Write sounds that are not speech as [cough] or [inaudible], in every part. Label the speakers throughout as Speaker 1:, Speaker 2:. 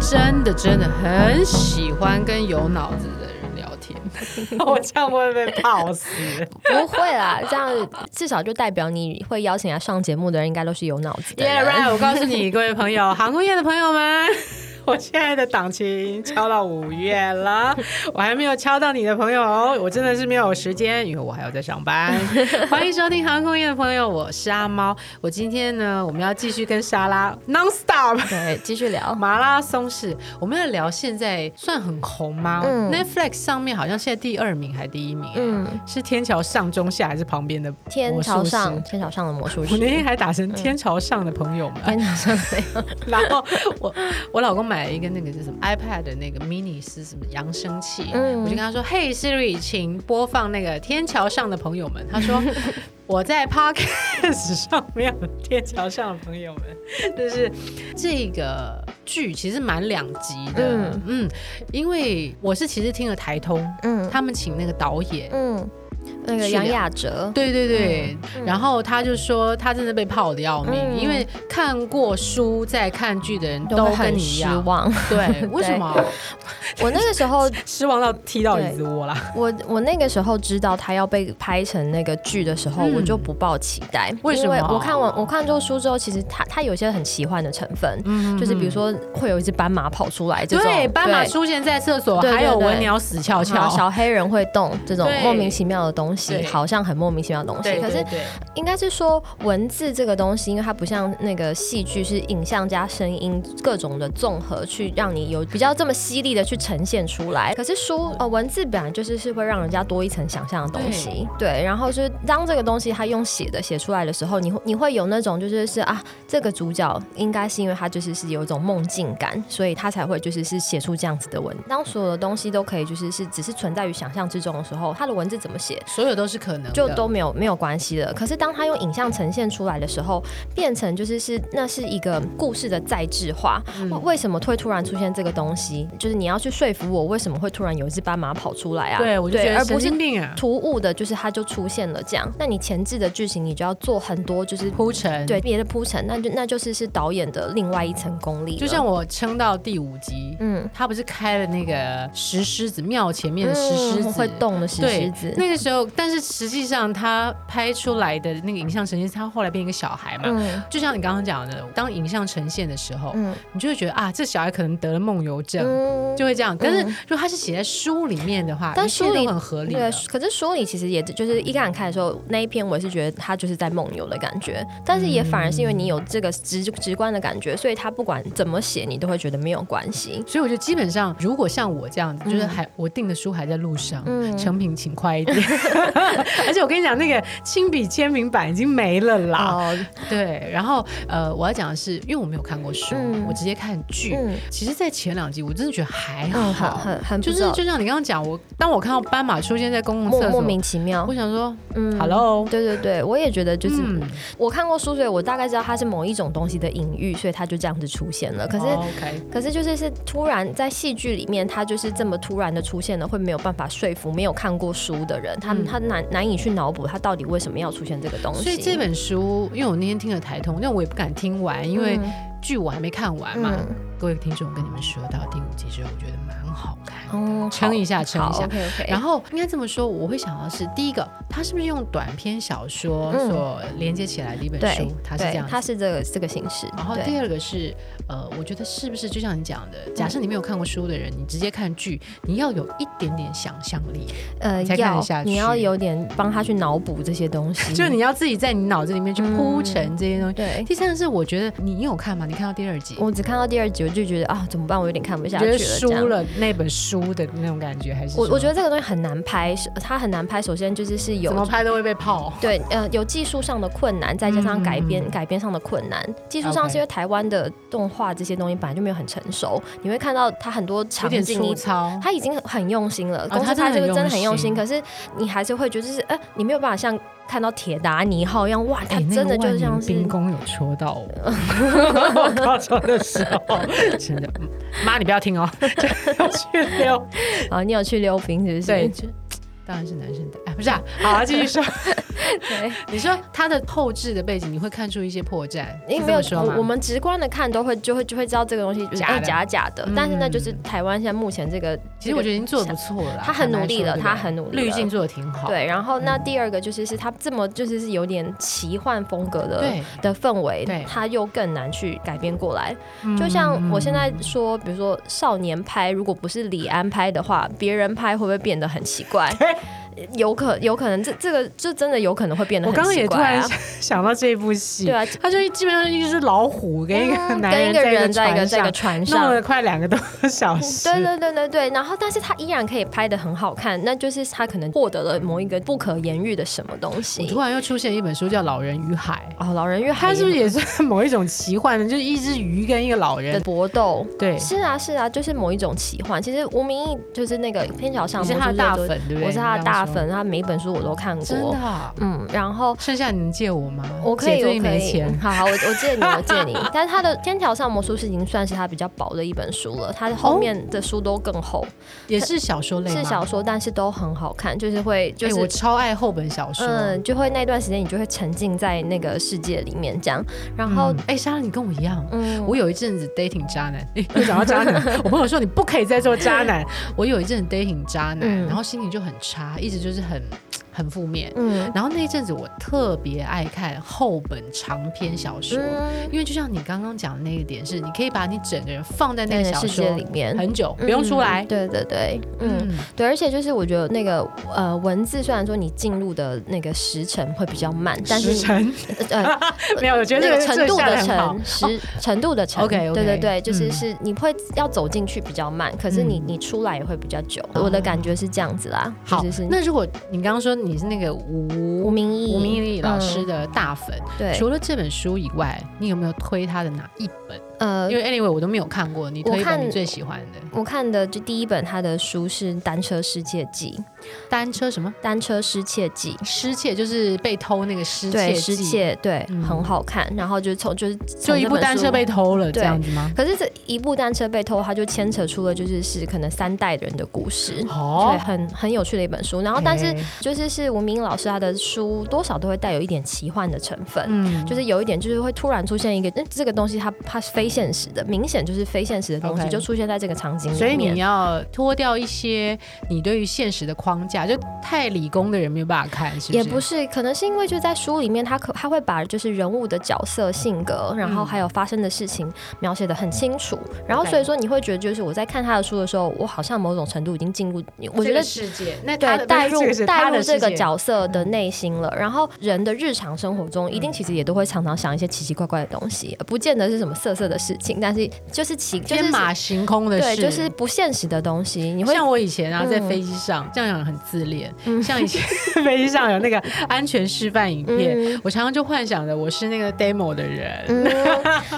Speaker 1: 真的真的很喜欢跟有脑子的人聊天。
Speaker 2: [laughs] 我这样会被泡死。
Speaker 3: [laughs] 不会啦，这样至少就代表你会邀请来上节目的人，应该都是有脑子
Speaker 1: [laughs]
Speaker 3: 的
Speaker 1: Yeah
Speaker 3: 人。
Speaker 1: right，
Speaker 2: 我告诉你，各位朋友，航空业的朋友们， [laughs] 我现在的档期已经敲到五月了，我还没有敲到你的朋友，哦我真的是没有时间，因为我还要在上
Speaker 1: [laughs]
Speaker 2: 班。欢迎收听航空业的朋友，我是阿猫。我今天呢，我们要继续跟莎拉 non stop
Speaker 3: 对，继续聊。
Speaker 2: 马拉哦松式，我们要聊现在算很红吗、
Speaker 3: 嗯
Speaker 2: n e t f l i x 上面好像现在第二名还第一名、啊
Speaker 3: 嗯，
Speaker 2: 是天桥上中下还是旁边的
Speaker 3: 天
Speaker 2: 魔术
Speaker 3: 朝
Speaker 2: 师
Speaker 3: 上，嗯天朝上的魔术
Speaker 2: 我
Speaker 3: 师，
Speaker 2: 那天还打成天朝上的朋友们，
Speaker 3: 天朝上的
Speaker 2: [laughs] 然后我我老公买了一个那个叫什么 iPad 的那个 mini 是什么扬声器，
Speaker 3: 嗯
Speaker 2: 我就跟他说：“嘿 Siri，请播放那个天桥上的朋友
Speaker 3: [laughs]
Speaker 2: 们。”他说：“我在 Podcast 上面有天桥上的朋友们。” [laughs] 就是这个剧其实蛮两极的，嗯因为我是其实听了台通，
Speaker 3: 嗯
Speaker 2: 他们请那个导演。
Speaker 3: 嗯，那个
Speaker 2: 去
Speaker 3: 杨
Speaker 2: 聊
Speaker 3: 雅哲，
Speaker 2: 对对对，然后他就说他真的被泡的要命，
Speaker 3: 嗯
Speaker 2: 因为看过书再看剧的人
Speaker 3: 都
Speaker 2: 都
Speaker 3: 会
Speaker 2: 跟
Speaker 3: 很
Speaker 2: 你一
Speaker 3: 失
Speaker 2: 样， [laughs]
Speaker 3: 望。
Speaker 2: 对，为什么
Speaker 3: 我那个时候
Speaker 2: 失望到踢到椅子窝啦？
Speaker 3: 我我那个时候知道他要被拍成那个剧的时候，
Speaker 2: 嗯
Speaker 3: 我就不抱期待，
Speaker 2: 为什么
Speaker 3: 因我看完我看这书之后，其实它它有一些很奇幻的成分，
Speaker 2: 嗯
Speaker 3: 就是比如说会有一只斑马跑出来这种，
Speaker 2: 对，斑马出现在厕所，
Speaker 3: 对对
Speaker 2: 还有
Speaker 3: 对
Speaker 2: 文鸟死翘
Speaker 3: 对。小
Speaker 2: 翘，
Speaker 3: 啊小黑人会动这种
Speaker 2: 对
Speaker 3: 莫名其妙的东西，
Speaker 2: 对
Speaker 3: 好像很莫名其妙的东西。
Speaker 2: 对，
Speaker 3: 可是
Speaker 2: 对
Speaker 3: 应该是说文字这个东西，因为它不像那个戏剧是影像加声音各种的综合，去让你有比较这么犀利的去呈现出来。可是书呃文字本来就是是会让人家多一层想象的东西，对。然后就是当这个东西它用写的写出来的时候，你会你会有那种就是是啊，这个主角应该是因为他就是是有一种梦境感，所以他才会就是是写出这样子的文。当所有的东西都可以就是是只是存在于想象之中的时候，他的文字怎么写，
Speaker 2: 所有都是可能的，
Speaker 3: 就都没有没有关系了。可是当他用影像呈现出来的时候，变成就是是那是一个故事的再制化。
Speaker 2: 嗯
Speaker 3: 为为什么会突然出现这个东西？就是你要去说服我，为什么会突然有一只斑马跑出来啊？
Speaker 2: 对，我就觉
Speaker 3: 而
Speaker 2: 得神
Speaker 3: 不是
Speaker 2: 经病啊，
Speaker 3: 突兀的，就是它就出现了这样。那你前置的剧情，你就要做很多就是
Speaker 2: 铺陈，
Speaker 3: 对，别的铺陈，那就那就是是导演的另外一层功力了。
Speaker 2: 就像我撑到第五集，
Speaker 3: 嗯，
Speaker 2: 他不是开了那个石狮子庙前面的石狮
Speaker 3: 嗯
Speaker 2: 子
Speaker 3: 会。动的石
Speaker 2: 对
Speaker 3: 狮子，
Speaker 2: 那个时候，但是实际上他拍出来的那个影像呈现，他后来变一个小孩嘛，
Speaker 3: 嗯
Speaker 2: 就像你刚刚讲的，当影像呈现的时候，
Speaker 3: 嗯
Speaker 2: 你就会觉得啊，这小孩可能得了梦游症，
Speaker 3: 嗯
Speaker 2: 就会这样。但是如果他是写在书里面的话，
Speaker 3: 但
Speaker 2: 一切
Speaker 3: 书里
Speaker 2: 都很合理
Speaker 3: 对
Speaker 2: 的。，
Speaker 3: 可是书里其实也就是一开始看的时候，那一篇我也是觉得他就是在梦游的感觉，但是也反而是因为你有这个直直观的感觉，所以他不管怎么写，你都会觉得没有关系。
Speaker 2: 所以我觉得基本上，如果像我这样子，就是还我订的书还在路上，
Speaker 3: 嗯
Speaker 2: 成品请快
Speaker 3: [laughs]
Speaker 2: 一点。而且我跟你讲，那个亲笔签名版已经没了啦。
Speaker 3: 哦，
Speaker 2: 对，然后呃，我要讲的是，因为我没有看过书，
Speaker 3: 嗯
Speaker 2: 我直接看剧。
Speaker 3: 嗯
Speaker 2: 其实，在前两集我真的觉得还
Speaker 3: 嗯，很
Speaker 2: 好，
Speaker 3: 很很
Speaker 2: 就
Speaker 3: 不
Speaker 2: 是
Speaker 3: 知道
Speaker 2: 就像你刚刚讲，我当我看到斑马出现在公共
Speaker 3: 莫
Speaker 2: 厕
Speaker 3: 莫
Speaker 2: 所，
Speaker 3: 名其妙
Speaker 2: 我。想说
Speaker 3: 嗯
Speaker 2: ，Hello，
Speaker 3: 对对对，我也觉得就是、
Speaker 2: 嗯
Speaker 3: 我看过书，所以我大概知道它是某一种东西的隐喻，所以它就这样子出现了。可
Speaker 2: 哦
Speaker 3: 是
Speaker 2: OK，
Speaker 3: 可是就是是突然在戏剧里面，他就是这么突然的出现了，会没有办法说服没有看过书的人，他、
Speaker 2: 嗯
Speaker 3: 他难难以去脑补他到底为什么要出现这个东西。
Speaker 2: 所以这本书，因为我那天听了台通，但我也不敢听完，因为
Speaker 3: 嗯
Speaker 2: 剧我还没看完嘛。各位听众，我跟你们说到第五集之后，我觉得蛮好看的，
Speaker 3: 嗯，哦
Speaker 2: 撑一下，撑一下。
Speaker 3: ，OK OK。
Speaker 2: 然
Speaker 3: 后
Speaker 2: 后应该这么说，我会想到是第一个，它是不是用短篇小说
Speaker 3: 嗯
Speaker 2: 所连接起来的一本
Speaker 3: 对
Speaker 2: 书？，它是这
Speaker 3: 对
Speaker 2: 样，子
Speaker 3: 他。是这个这个形式。
Speaker 2: 然后
Speaker 3: 对
Speaker 2: 第二个是，呃，我觉得是不是就像你讲的，假设你没有看过书的人，你直接看剧，你要有一点点想象力，
Speaker 3: 呃
Speaker 2: 才看得下
Speaker 3: 要你要
Speaker 2: 去
Speaker 3: 有点帮他去脑补这些东西，
Speaker 2: [laughs] 就你要自己在你脑子里面去铺陈这些东西。 [laughs]
Speaker 3: 对。
Speaker 2: 第三个是，我觉得你你有看吗？你看到第二集，
Speaker 3: 我只看到第二集，我就觉得啊，怎么办？我有点看不下去
Speaker 2: 觉
Speaker 3: 了。
Speaker 2: 得
Speaker 3: 这
Speaker 2: 输
Speaker 3: 样。
Speaker 2: 了那本书的那种感觉，还是
Speaker 3: 我我觉
Speaker 2: 得
Speaker 3: 得这个东西很难拍，是它很难拍。首先就是是有
Speaker 2: 怎么拍都会被泡。
Speaker 3: 对，呃，有技术上的困难，再加上改编、
Speaker 2: 嗯
Speaker 3: 改编上的困难。技术上
Speaker 2: OK
Speaker 3: 是因为台湾的动画这些东西本来就没有很成熟，你会看到它很多
Speaker 2: 有
Speaker 3: 场
Speaker 2: 点
Speaker 3: 景，
Speaker 2: 粗
Speaker 3: 你
Speaker 2: 糙，
Speaker 3: 他已经很用心了，
Speaker 2: 哦
Speaker 3: 公
Speaker 2: 他真
Speaker 3: 司
Speaker 2: 的
Speaker 3: 他这个
Speaker 2: 很
Speaker 3: 真的很
Speaker 2: 用
Speaker 3: 用
Speaker 2: 心
Speaker 3: 心，可是你还是会觉得就是，呃，你没有办法像看到铁达尼号一样，哇，他
Speaker 2: 哎那
Speaker 3: 真
Speaker 2: 个
Speaker 3: 的就
Speaker 2: 万
Speaker 3: 像
Speaker 2: 年
Speaker 3: 是
Speaker 2: 冰宫有戳到
Speaker 3: [laughs]
Speaker 2: 我，我高中的时候，真的，嗯妈你不要听哦，就去溜，
Speaker 3: [laughs] 啊，你有去溜冰是不是？
Speaker 2: 对，，就当然是男生带啊，
Speaker 4: 不
Speaker 2: 不
Speaker 4: 是、
Speaker 2: 是、
Speaker 4: 啊
Speaker 2: 啊？，
Speaker 4: 好，继续说。
Speaker 3: [laughs] 对，
Speaker 2: 你说他的后置的背景，你会看出一些破绽，
Speaker 3: 因
Speaker 2: 是
Speaker 3: 为
Speaker 2: 这
Speaker 3: 没有
Speaker 2: 么说吗
Speaker 3: 我我？们直观的看都会就会就会知道这个东西就是
Speaker 2: 假的嗯
Speaker 3: 哎假假的，但是呢，就是台湾现在目前这个，
Speaker 2: 其实我觉得已经做的不错了啦，
Speaker 3: 他很努力
Speaker 2: 坦
Speaker 3: 了
Speaker 2: 白说
Speaker 3: 他很努力了
Speaker 2: 滤镜做的挺好，
Speaker 3: 对，然后那第二个就是是它这么就是是有点奇幻风格的
Speaker 2: 对，
Speaker 3: 的氛围
Speaker 2: 对，
Speaker 3: 它又更难去改编过来。就
Speaker 4: 嗯
Speaker 3: 像我现在说，比如说少年拍，如果不是李安拍的话，别人拍会不会变得很奇怪？有可有可能这这个这真的有可能会变得
Speaker 4: 我
Speaker 3: 很
Speaker 4: 刚刚
Speaker 3: 奇
Speaker 4: 也突
Speaker 3: 怪
Speaker 4: 然
Speaker 3: 啊。
Speaker 2: [laughs]
Speaker 4: 想到这部戏，
Speaker 3: 对啊，嗯
Speaker 4: 他就基本上一只老虎跟一个男
Speaker 3: 跟一个人
Speaker 4: 人
Speaker 3: 在一个
Speaker 4: 个
Speaker 3: 在一个
Speaker 4: 船
Speaker 3: 船
Speaker 4: 上，
Speaker 3: 上嗯
Speaker 4: 弄，了快两个多小时。
Speaker 3: 对对对对对，然后但是他依然可以拍的很好看，那就是他可能获得了某一个不可言喻的什么东
Speaker 2: 我
Speaker 3: 西
Speaker 2: 突。然又出现一本书叫《老人与海
Speaker 3: 哦，老人与》，海
Speaker 4: 它是不
Speaker 3: 洋
Speaker 4: 是也是某一种奇幻的？就是一只鱼跟一个老
Speaker 3: 的
Speaker 4: 人。
Speaker 3: 搏斗？
Speaker 4: 对，
Speaker 3: 是啊是啊，就是某一种奇幻。其实吴明义就是那个偏角上
Speaker 2: 你
Speaker 3: 魔
Speaker 2: 是
Speaker 3: 术
Speaker 2: 他的
Speaker 3: 师
Speaker 2: 大
Speaker 3: 多
Speaker 2: 粉，对不对？
Speaker 3: 我是他的
Speaker 2: 你刚
Speaker 3: 大
Speaker 2: 刚说，
Speaker 3: 粉，他每一本书我都看
Speaker 2: 真
Speaker 3: 过
Speaker 2: 的。啊。
Speaker 3: 嗯，然后
Speaker 2: 剩下你能借我吗？
Speaker 3: 我可以，
Speaker 2: 姐
Speaker 3: 我
Speaker 2: 最近
Speaker 3: 可
Speaker 2: 没
Speaker 3: 以
Speaker 2: 钱，，
Speaker 3: [laughs] 好好，我我借你，
Speaker 2: [laughs]
Speaker 3: 我借你。但是他的《天桥上魔术师》已经算是他比较薄的一本书了，他后面的书都更厚，
Speaker 2: 也是小说类吗
Speaker 3: 是小说，但是都很好看，就是会就
Speaker 2: 哎
Speaker 3: 是、
Speaker 2: 我超爱厚本小说。
Speaker 3: 嗯，就会那段时间你就会沉浸在那个世界里面这样，然后
Speaker 2: 嗯哎，莎拉，你跟我一样。
Speaker 3: 嗯，
Speaker 2: 我有一阵子 dating 渣
Speaker 3: [laughs]
Speaker 2: 男，诶
Speaker 4: 又讲到渣男，我朋友说你不可以再做渣男，
Speaker 2: 我有一阵子 dating 渣男，
Speaker 3: 嗯
Speaker 2: 然后心情就很差，一直就是很很负面。
Speaker 3: 嗯
Speaker 2: 然后那一阵子我特别爱看厚本长篇小说，
Speaker 3: 嗯
Speaker 2: 因为就像你刚刚讲的那个点是，你可以把你整个人放在那
Speaker 3: 那
Speaker 2: 个
Speaker 3: 个
Speaker 2: 小
Speaker 3: 世
Speaker 2: 说
Speaker 3: 界里面。
Speaker 2: 很久，不用出来
Speaker 3: 嗯。对对对，嗯，
Speaker 2: 嗯，
Speaker 3: 对，而且就是我觉得那个呃文字，虽然说你进入的那个时辰会比较慢，但
Speaker 4: 时
Speaker 3: 是 [laughs]
Speaker 4: 辰
Speaker 2: [laughs]
Speaker 3: 呃
Speaker 4: 没有，我觉得
Speaker 3: 那
Speaker 4: 这
Speaker 3: 个
Speaker 4: 个
Speaker 3: 程度的
Speaker 4: 很好。
Speaker 3: 程，时程度的程
Speaker 2: OK，OK，
Speaker 3: 对对对，就是
Speaker 2: 哦嗯
Speaker 3: 是你会要走进去比较慢，可是你
Speaker 2: 嗯哦
Speaker 3: 你出来也会比较久，我的感觉是这样子啦，
Speaker 2: 好
Speaker 3: 就是是。
Speaker 2: 那如果你刚刚说你是那个吴
Speaker 3: 吴明义，
Speaker 2: 吴明义老师
Speaker 3: 嗯
Speaker 2: 的大粉，
Speaker 3: 对，
Speaker 2: 除了这本书以外，你有没有推他的哪一本？
Speaker 3: 呃
Speaker 2: 因，为 anyway 我都没有看过，你推一
Speaker 3: 我看
Speaker 2: 本你最喜欢的
Speaker 3: 我看的就第一本他的书是《单车失窃记》，
Speaker 2: 单车什么
Speaker 3: 《单车失窃记》。
Speaker 2: 失窃，就是被偷那个失窃
Speaker 3: 对，
Speaker 2: 记
Speaker 3: 失，窃，对，
Speaker 2: 嗯
Speaker 3: 很好看。然后就从就是
Speaker 4: 就
Speaker 3: 就
Speaker 4: 一部单车被，偷了这
Speaker 3: 对
Speaker 4: 样子吗？
Speaker 3: 可是这一部单车被偷，它就牵扯出了就是是可能三代人的故事，嗯对，
Speaker 4: 哦，
Speaker 3: 很很有趣的一本书。然后但
Speaker 2: 嗯
Speaker 3: 是
Speaker 4: 哎
Speaker 3: 就是是吴明老师他的书多少都会带有一点奇幻的成分，
Speaker 4: 嗯，
Speaker 3: 就是有一点，就是会突然出现一个，嗯，这个东西它它是非现实的，明显就是非现实的东西
Speaker 4: OK
Speaker 3: 就出现在这个场景里面。
Speaker 2: 所以你要脱掉一些你对于现实的框架，就太理工的人没有办法看，是不是？
Speaker 3: 也不是，可能是因为就在书里面，他可他会把就是人物的角色、性格，然
Speaker 2: 嗯
Speaker 3: 后还有发生的事情描写的很清楚，然后
Speaker 2: OK
Speaker 3: 所以说你会觉得就是我在看他的书的时候，我好像某种程度已经进入，我觉得
Speaker 2: 世界，那他
Speaker 3: 对
Speaker 2: 的 [laughs] 嗯
Speaker 3: 带入
Speaker 4: 这个是
Speaker 3: 带
Speaker 4: 他的
Speaker 3: 入这
Speaker 4: 世
Speaker 3: 个
Speaker 4: 界
Speaker 3: 角色的内心了，然后人的日常生活中，一定其实也都会常常想一些奇奇怪怪的东西，不见得是什么色色的事情，但是就是奇就是
Speaker 2: 天马行空的
Speaker 3: 对，
Speaker 2: 事，
Speaker 3: 就是不现实的东西，你会
Speaker 2: 像我以前啊，
Speaker 3: 嗯
Speaker 2: 在飞机上、这样讲很自恋，
Speaker 3: 嗯
Speaker 2: [laughs] 像以
Speaker 3: [laughs]
Speaker 2: 前飞机上有那个 [laughs] 安全示范影片，
Speaker 3: 嗯
Speaker 2: 我常常就幻想着我是那个 demo 的人，
Speaker 3: 嗯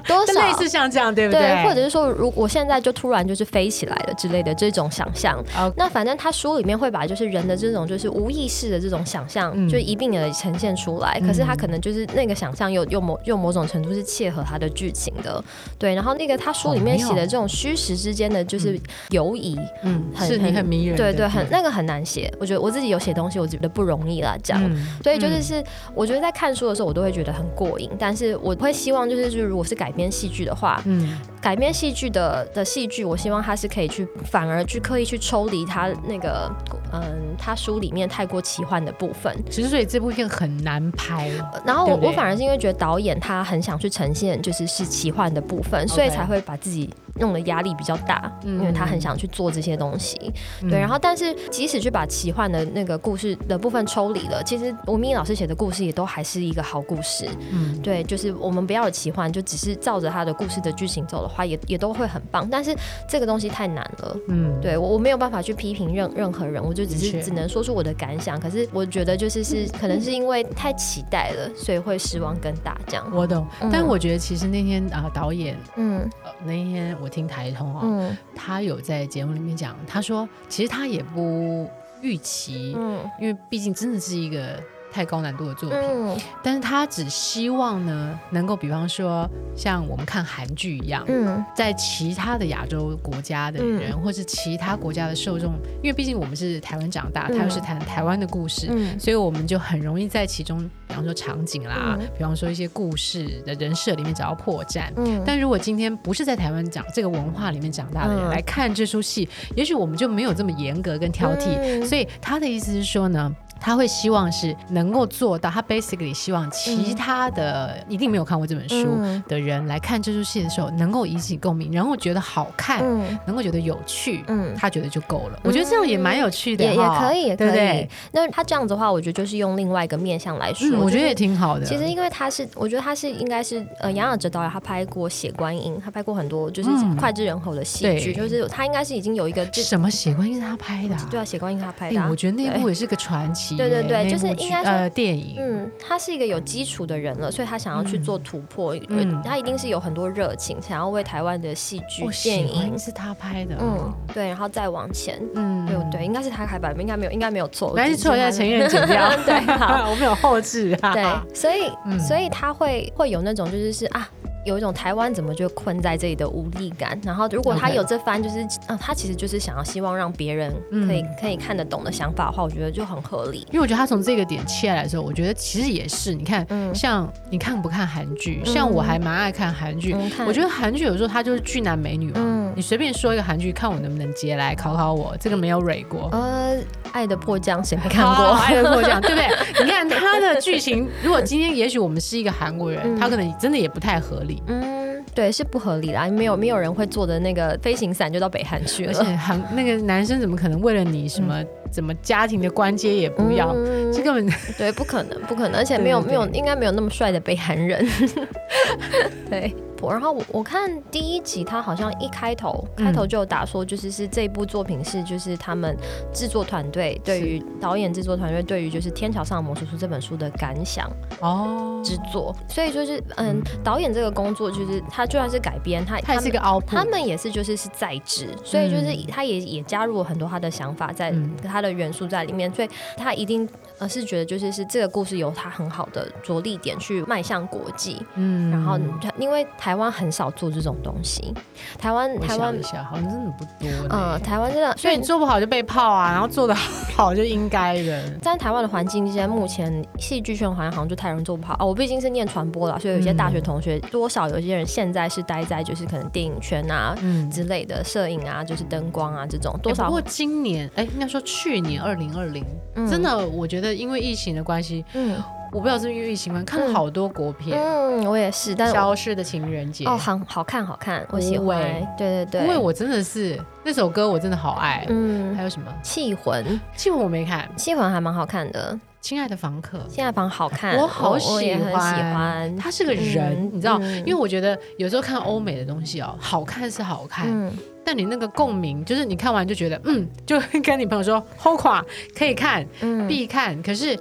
Speaker 3: 多
Speaker 2: [laughs] 就
Speaker 3: 少
Speaker 2: 类似像这样，对不
Speaker 3: 对，或者是说，如我现在就突然就是飞起来了之类的这种想象。
Speaker 2: OK
Speaker 3: 那反正他书里面会把就是人的这种就是无意识的这种想象，
Speaker 2: 嗯
Speaker 3: 就一并的呈现出来。可是他可能就是那个想象又又某又某种程度是切合他的剧情的，对。然后那个他书里面写的这种虚实之间的就是游移，
Speaker 2: 嗯，
Speaker 3: 很
Speaker 2: 是你很迷人的，
Speaker 3: 对对，很那个很难写。我觉得我自己有写东西，我觉得不容易啦，这样。
Speaker 2: 嗯
Speaker 3: 所以就是是，我觉得在看书的时候，我都会觉得很过瘾。但是我会希望，就是就是，如果是改编戏剧的话，
Speaker 2: 嗯，
Speaker 3: 改编戏剧的的戏剧，我希望它是可以去反而去刻意去抽离它那个嗯，它书里面太过奇幻的部分。
Speaker 2: 其实所以这部片很难拍，
Speaker 3: 呃然后我
Speaker 2: 对不对
Speaker 3: 我反而是因为觉得导演他很想去呈现就是是奇幻的部分，所以
Speaker 2: OK
Speaker 3: 才会把自己弄得压力比较大，
Speaker 2: 嗯
Speaker 3: 因为他很想去做这些东西。
Speaker 2: 嗯
Speaker 3: 对，然后但是即使去把奇幻的那个故事的部分抽离了，其实吴明义老师写的故事也都还是一个好故事。
Speaker 2: 嗯
Speaker 3: 对，就是我们不要有奇幻，就只是照着他的故事的剧情走的话，也也都会很棒。但是这个东西太难了。
Speaker 2: 嗯，
Speaker 3: 对我我没有办法去批评任任何人，我就只
Speaker 2: 的确
Speaker 3: 是只能说出我的感想。可是我觉得就是是可能是因为太期待了，所以会失望更大这样。
Speaker 2: 我懂，
Speaker 3: 嗯
Speaker 2: 但我觉得其实那天啊、导演、
Speaker 3: 嗯
Speaker 2: 呃那天我听台通啊、
Speaker 3: 嗯
Speaker 2: 他有在节目里面讲，他说其实他也不预期，
Speaker 3: 嗯
Speaker 2: 因为毕竟真的是一个太高难度的作品，
Speaker 3: 嗯
Speaker 2: 但是他只希望呢，能够比方说像我们看韩剧一样，
Speaker 3: 嗯
Speaker 2: 在其他的亚洲国家的人，或是其他国家的受众，因为毕竟我们是台湾长大，
Speaker 3: 嗯
Speaker 2: 他又是谈台湾的故事，
Speaker 3: 嗯
Speaker 2: 所以我们就很容易在其中，比方说场景啦，
Speaker 3: 嗯
Speaker 2: 比方说一些故事的人设里面找到破绽。
Speaker 3: 嗯，
Speaker 2: 但如果今天不是在台湾长这个文化里面长大的人、
Speaker 3: 嗯
Speaker 2: 来看这出戏，也许我们就没有这么严格跟挑剔。
Speaker 3: 嗯
Speaker 2: 所以他的意思是说呢。他会希望是能够做到，他 basically 希望其他的、一定没有看过这本书
Speaker 3: 嗯
Speaker 2: 的人来看这出戏的时候，能够引起共鸣，然后觉得好看，
Speaker 3: 嗯
Speaker 2: 能够觉得有趣，
Speaker 3: 嗯
Speaker 2: 他觉得就够了。我觉得这样也蛮有趣的
Speaker 3: 也也
Speaker 2: 哈，
Speaker 3: 可以，也可
Speaker 2: 对
Speaker 3: 以。
Speaker 2: 不对？
Speaker 3: 那他这样子的话，我觉得就是用另外一个面向来说，
Speaker 2: 嗯，我觉
Speaker 3: 就
Speaker 2: 得
Speaker 3: 是
Speaker 2: 也挺好的。
Speaker 3: 其实，因为他是，我觉得他是应该是呃，杨雅哲导演，他拍过《血观音》，他拍过很多就是
Speaker 2: 嗯
Speaker 3: 脍炙人口的戏剧，
Speaker 2: 对
Speaker 3: 就是他应该是已经有一个自
Speaker 2: 什么血观音是他拍的、啊？
Speaker 3: 对啊，《血观音》是他拍
Speaker 2: 哎、
Speaker 3: 的啊、
Speaker 2: 我觉得那部也是个传奇耶。
Speaker 3: 对对对
Speaker 2: 那
Speaker 3: 就是
Speaker 2: 部剧
Speaker 3: 应该说
Speaker 2: 呃电影，
Speaker 3: 嗯，他是一个有基础的人了，所以他想要去做突破，
Speaker 2: 嗯
Speaker 3: 呃他一定是有很多热情，想要为台湾的戏剧
Speaker 2: 我、
Speaker 3: 电
Speaker 2: 喜欢
Speaker 3: 影，
Speaker 2: 是他拍的，哦
Speaker 3: 嗯，对，然后再往前，
Speaker 2: 嗯
Speaker 3: 哎对对，应该是他开版，应该没有，应该没有错，
Speaker 2: 没关系错
Speaker 3: 在
Speaker 2: 要承认剪掉
Speaker 3: [laughs]
Speaker 2: [laughs]
Speaker 3: 对，好，
Speaker 4: 我们有后置啊。
Speaker 3: 对，所以、
Speaker 2: 嗯
Speaker 3: 所以他会会有那种就是是啊。有一种台湾怎么就困在这里的无力感，然后如果他
Speaker 2: OK
Speaker 3: 有这番就是啊，他其实就是想要希望让别人
Speaker 2: 嗯
Speaker 3: 可以、可以看得懂的想法的话，我觉得就很合理。
Speaker 2: 因为我觉得他从这个点切下来的时候，我觉得其实也是，你看，
Speaker 3: 嗯
Speaker 2: 像你看不看韩剧？
Speaker 3: 嗯
Speaker 2: 像我还蛮爱看韩剧，
Speaker 3: 嗯看
Speaker 2: 我觉得韩剧有时候它就是巨男美女嘛。
Speaker 3: 嗯
Speaker 2: 你随便说一个韩剧，看我能不能接来考考我，这个没有蕊过。
Speaker 3: 呃，《爱的迫降》谁没
Speaker 2: 嗯
Speaker 3: 看
Speaker 2: 哦
Speaker 3: 过？
Speaker 2: 爱
Speaker 3: [laughs]
Speaker 2: 的迫降， [laughs] 对不对？你看它的剧情，如果今天也许我们是一个韩国人，
Speaker 3: 嗯
Speaker 2: 他可能真的也不太合理。
Speaker 3: 嗯，对，是不合理啦，没有没有人会坐的那个飞行伞就到北韩去
Speaker 2: 而
Speaker 3: 了
Speaker 2: 且。韩那个男生怎么可能为了你什么怎么家庭的关接也不要？
Speaker 3: 嗯
Speaker 2: 这根本
Speaker 3: 对，不可能，不可能，而且没有
Speaker 2: 对对
Speaker 3: 没有，应该没有那么帅的北韩人。 [laughs] 对，我然后我我看第一集，他好像一开头
Speaker 2: 嗯
Speaker 3: 开头就有打说，就是是这部作品是就是他们制作团队对于导演制作团队对于就是《天桥上的魔术师》这本书的感想
Speaker 2: 哦，
Speaker 3: 之作，所以就是嗯，导演这个工作就是他就算是改编，他
Speaker 2: 它也
Speaker 3: 他
Speaker 2: 是一
Speaker 3: 们
Speaker 2: 个凹
Speaker 3: 他
Speaker 2: 破。
Speaker 3: 们也是就是是在职，所以就是
Speaker 2: 嗯
Speaker 3: 他也也加入了很多他的想法在、
Speaker 2: 嗯
Speaker 3: 他的元素在里面，所以他一定呃是觉得就是是这个故事有他很好的着力点去迈向国际，
Speaker 2: 嗯
Speaker 3: 然后因为台湾很少做这种东西，台湾
Speaker 2: 我
Speaker 3: 台
Speaker 2: 想
Speaker 3: 湾
Speaker 2: 一下，好像真的不多呢。
Speaker 3: 呃台湾真的
Speaker 2: 所以你做不好就被泡啊，然后做的好就应该
Speaker 3: [laughs]
Speaker 2: 的。
Speaker 3: 在台湾的环境，现在目前戏剧圈环好像就太容易做不好啊。我毕竟是念传播啦，所以有
Speaker 2: 嗯
Speaker 3: 一些大学同学、多少有一些人现在是待在就是可能电影圈啊
Speaker 2: 嗯，
Speaker 3: 之类的摄影啊，就是灯光啊这种多
Speaker 2: 欸
Speaker 3: 少
Speaker 2: 不过今年，哎、应该说去年二零二零，
Speaker 3: 嗯
Speaker 2: 真的，我觉得因为疫情的关系，
Speaker 3: 嗯。
Speaker 2: 我不知道是不是因为疫情关系，看了好多国片，
Speaker 3: 嗯，我也是，但是我
Speaker 2: 消失的情人节》
Speaker 3: 哦，好好看，好看，我
Speaker 2: 无
Speaker 3: 喜欢
Speaker 2: 为。
Speaker 3: 对对对，
Speaker 2: 因为我真的是那首歌，我真的好爱。
Speaker 3: 嗯
Speaker 2: 还，有什么？
Speaker 3: 气魂，
Speaker 2: 气魂我没看，《
Speaker 3: 气魂还蛮好看的，
Speaker 2: 亲爱的房客》
Speaker 3: 现在房好看，
Speaker 2: 我好
Speaker 3: 我也很喜欢。
Speaker 2: 他是个人，
Speaker 3: 嗯
Speaker 2: 你知道，
Speaker 3: 嗯
Speaker 2: 因为我觉得有时候看欧美的东西哦，好看是好看，
Speaker 3: 嗯，
Speaker 2: 但你那个共鸣，就是你看完就觉得，嗯，就会跟你朋友说，后垮可以看，
Speaker 3: 嗯
Speaker 2: 必看，可是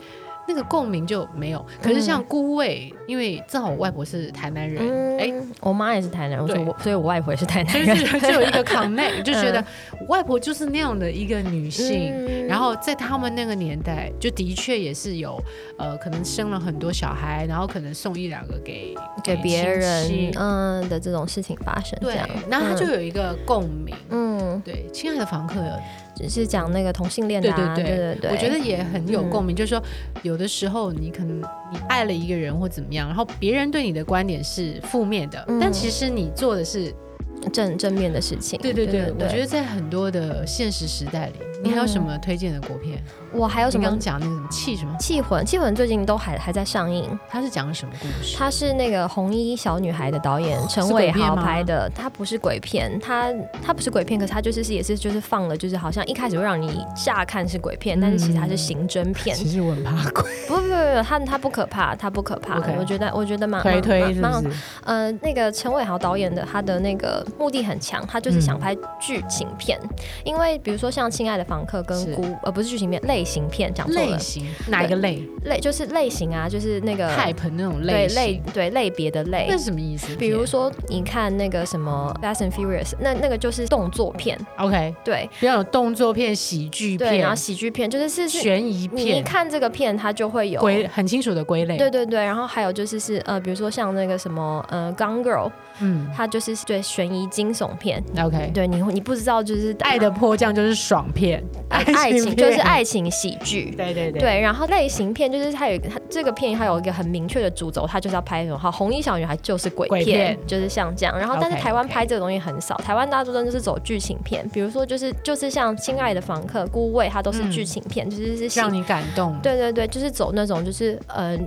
Speaker 2: 那个共鸣就没有。可是像孤味，因为正好我外婆是台南人，
Speaker 3: 嗯，
Speaker 2: 哎、
Speaker 3: 我妈也是台南人，我说
Speaker 2: 对
Speaker 3: 我，所以我外婆也是台
Speaker 2: 所
Speaker 3: 南
Speaker 2: 以就
Speaker 3: 人， [laughs]
Speaker 2: 就有一个 connect，就觉得我外婆就是那样的一个女性。
Speaker 3: 嗯
Speaker 2: 然后在他们那个年代，就的确也是有，呃，可能生了很多小孩，然后可能送一两个给
Speaker 3: 嗯给别
Speaker 2: 亲
Speaker 3: 人
Speaker 2: 戚
Speaker 3: 嗯的这种事情发生，这
Speaker 2: 对
Speaker 3: 样，，
Speaker 2: 然后他就有一个共鸣。
Speaker 3: 嗯，
Speaker 2: 对，亲爱的房客，
Speaker 3: 只是讲那个同性恋的啊，
Speaker 2: 对对
Speaker 3: 对
Speaker 2: 对
Speaker 3: 对对，
Speaker 2: 我觉得也很有共
Speaker 3: 嗯
Speaker 2: 鸣。就是说，有的时候你可能你爱了一个人或怎么样，然后别人对你的观点是负面的，
Speaker 3: 嗯
Speaker 2: 但其实你做的是
Speaker 3: 正正面的事情，
Speaker 2: 对对对。我觉
Speaker 3: 得
Speaker 2: 得在很多的现实时代里，你还有什么推荐的国片？
Speaker 3: 我嗯还有
Speaker 2: 你
Speaker 3: 什
Speaker 2: 刚
Speaker 3: 么
Speaker 2: 刚讲那个什么气什么，
Speaker 3: 气魂，气魂最近都还还在上映，
Speaker 2: 它是讲什么故
Speaker 3: [laughs]
Speaker 2: 事？
Speaker 3: 他是那个《红衣小女孩》的导演陈
Speaker 2: 哦是鬼
Speaker 3: 伟
Speaker 2: 片
Speaker 3: 豪
Speaker 2: 吗
Speaker 3: 拍的，他不是鬼片，他他不是鬼片，可是他就是是也是就是放了，就是好像一开始会让你乍看是鬼
Speaker 2: 嗯
Speaker 3: 片，但是其实它是刑侦
Speaker 2: [laughs]
Speaker 3: 片，
Speaker 2: 其实我很怕鬼，
Speaker 3: 不不不不，他他不可怕，他不可怕
Speaker 2: OK
Speaker 3: 我觉得我觉得蛮
Speaker 4: 推推
Speaker 3: 蛮
Speaker 4: 是
Speaker 3: 蛮
Speaker 4: 不是？
Speaker 3: 呃，那个陈伟豪导演的他的那个目的很强，他就是想拍剧情片。因为比如说像《亲爱的房客》
Speaker 2: 是
Speaker 3: 跟孤，呃，不是剧情片，类型片讲错
Speaker 2: 类
Speaker 3: 了，
Speaker 2: 型哪一个类
Speaker 3: 类就是类型啊，就是那个
Speaker 2: ？type 那种类
Speaker 3: 对类
Speaker 2: 型，
Speaker 3: 对类别的类
Speaker 2: 那。是什么意思？
Speaker 3: 比如说，你看那个什么《Fast and Furious》，那那个就是动作片，
Speaker 2: ，OK，
Speaker 3: 对
Speaker 2: 比较有动作片、喜剧
Speaker 3: 对，然
Speaker 2: 片
Speaker 3: 后、喜剧片，就是是是，
Speaker 2: 悬疑
Speaker 3: 你一
Speaker 2: 片，
Speaker 3: 看这个片，它就会有
Speaker 2: 归很清楚的归类。
Speaker 3: 对，对对，然后还有就是是呃，比如说像那个什么呃《Gun Girl》，
Speaker 2: 嗯
Speaker 3: 它就是对悬疑惊悚片。
Speaker 2: ，OK。
Speaker 3: 对你，你不知道就是呃
Speaker 2: 爱的迫降就是爽片，
Speaker 3: [laughs] 爱爱情
Speaker 2: 片
Speaker 3: 就是，爱情喜剧，
Speaker 4: 对对对，
Speaker 3: 对，然后类型片就是它有它这个片，它有一个很明确的主轴，它就是要拍什么？好，红衣小女孩就是鬼
Speaker 4: 鬼
Speaker 3: 片，
Speaker 4: 片
Speaker 3: 就是像这样。然后，但是
Speaker 2: OK，
Speaker 3: 台湾
Speaker 2: OK
Speaker 3: 拍这个东西很少，台湾大多都是走剧情片，比如说就是就是像《亲爱的房客》《孤味》，它都是
Speaker 2: 嗯
Speaker 3: 剧情片，就是是喜
Speaker 2: 让你感动。，
Speaker 3: 对对对，就是走那种就是呃，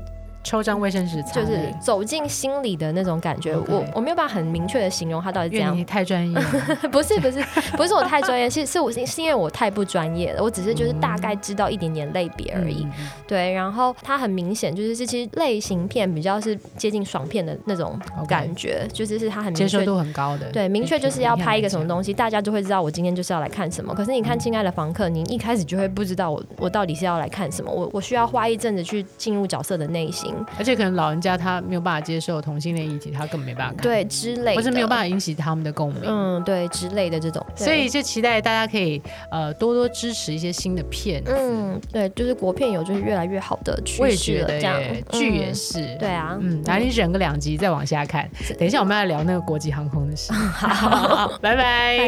Speaker 2: 抽张卫生纸擦
Speaker 3: 就
Speaker 2: 泪，
Speaker 3: 是走进心里的那种感觉。
Speaker 2: OK
Speaker 3: 我我没有办法很明确的形容它到底怎
Speaker 2: 因为
Speaker 3: 样
Speaker 2: 你，太专业了。
Speaker 3: [laughs] 不是不是不是我太专业，是是我是是因为我太不专业了，我只是就是大概知道一点点类别而已。
Speaker 2: 嗯
Speaker 3: 对，然后它很明显就是这些类型片比较是接近爽片的那种
Speaker 2: OK
Speaker 3: 感觉，就是是它很
Speaker 2: 接
Speaker 3: 明
Speaker 2: 受
Speaker 3: 确。
Speaker 2: 度很高的，
Speaker 3: 对，明确就是要拍一个什么
Speaker 2: 西。
Speaker 3: 东西，大家就会知道我今天就是要来看什么。可是你
Speaker 2: 嗯
Speaker 3: 看《亲爱的房客》，你一开始就会不知道我我到底是要来看什么，我我需要花一阵子去进入角色的内心，
Speaker 2: 而且可能老人家他没有办法接受同性恋议题，他根本没办法看，，
Speaker 3: 对之类的，
Speaker 2: 或是没有办法引起他们的共鸣。
Speaker 3: 嗯，对之类的这种。对
Speaker 2: 所以就期待大家可以呃多多支持一些新的片子，
Speaker 3: 嗯，对，就是国片有就是越来越好的趋
Speaker 2: 我也
Speaker 3: 势
Speaker 2: 觉
Speaker 3: 了，
Speaker 2: 得
Speaker 3: 这样
Speaker 2: 耶，剧也
Speaker 3: 嗯
Speaker 2: 是，
Speaker 3: 对。啊，
Speaker 2: 嗯，然后你忍个两集 [laughs]
Speaker 3: [laughs]
Speaker 2: 再往下看。等一下，我们要聊那个国际航空的事。好，拜拜。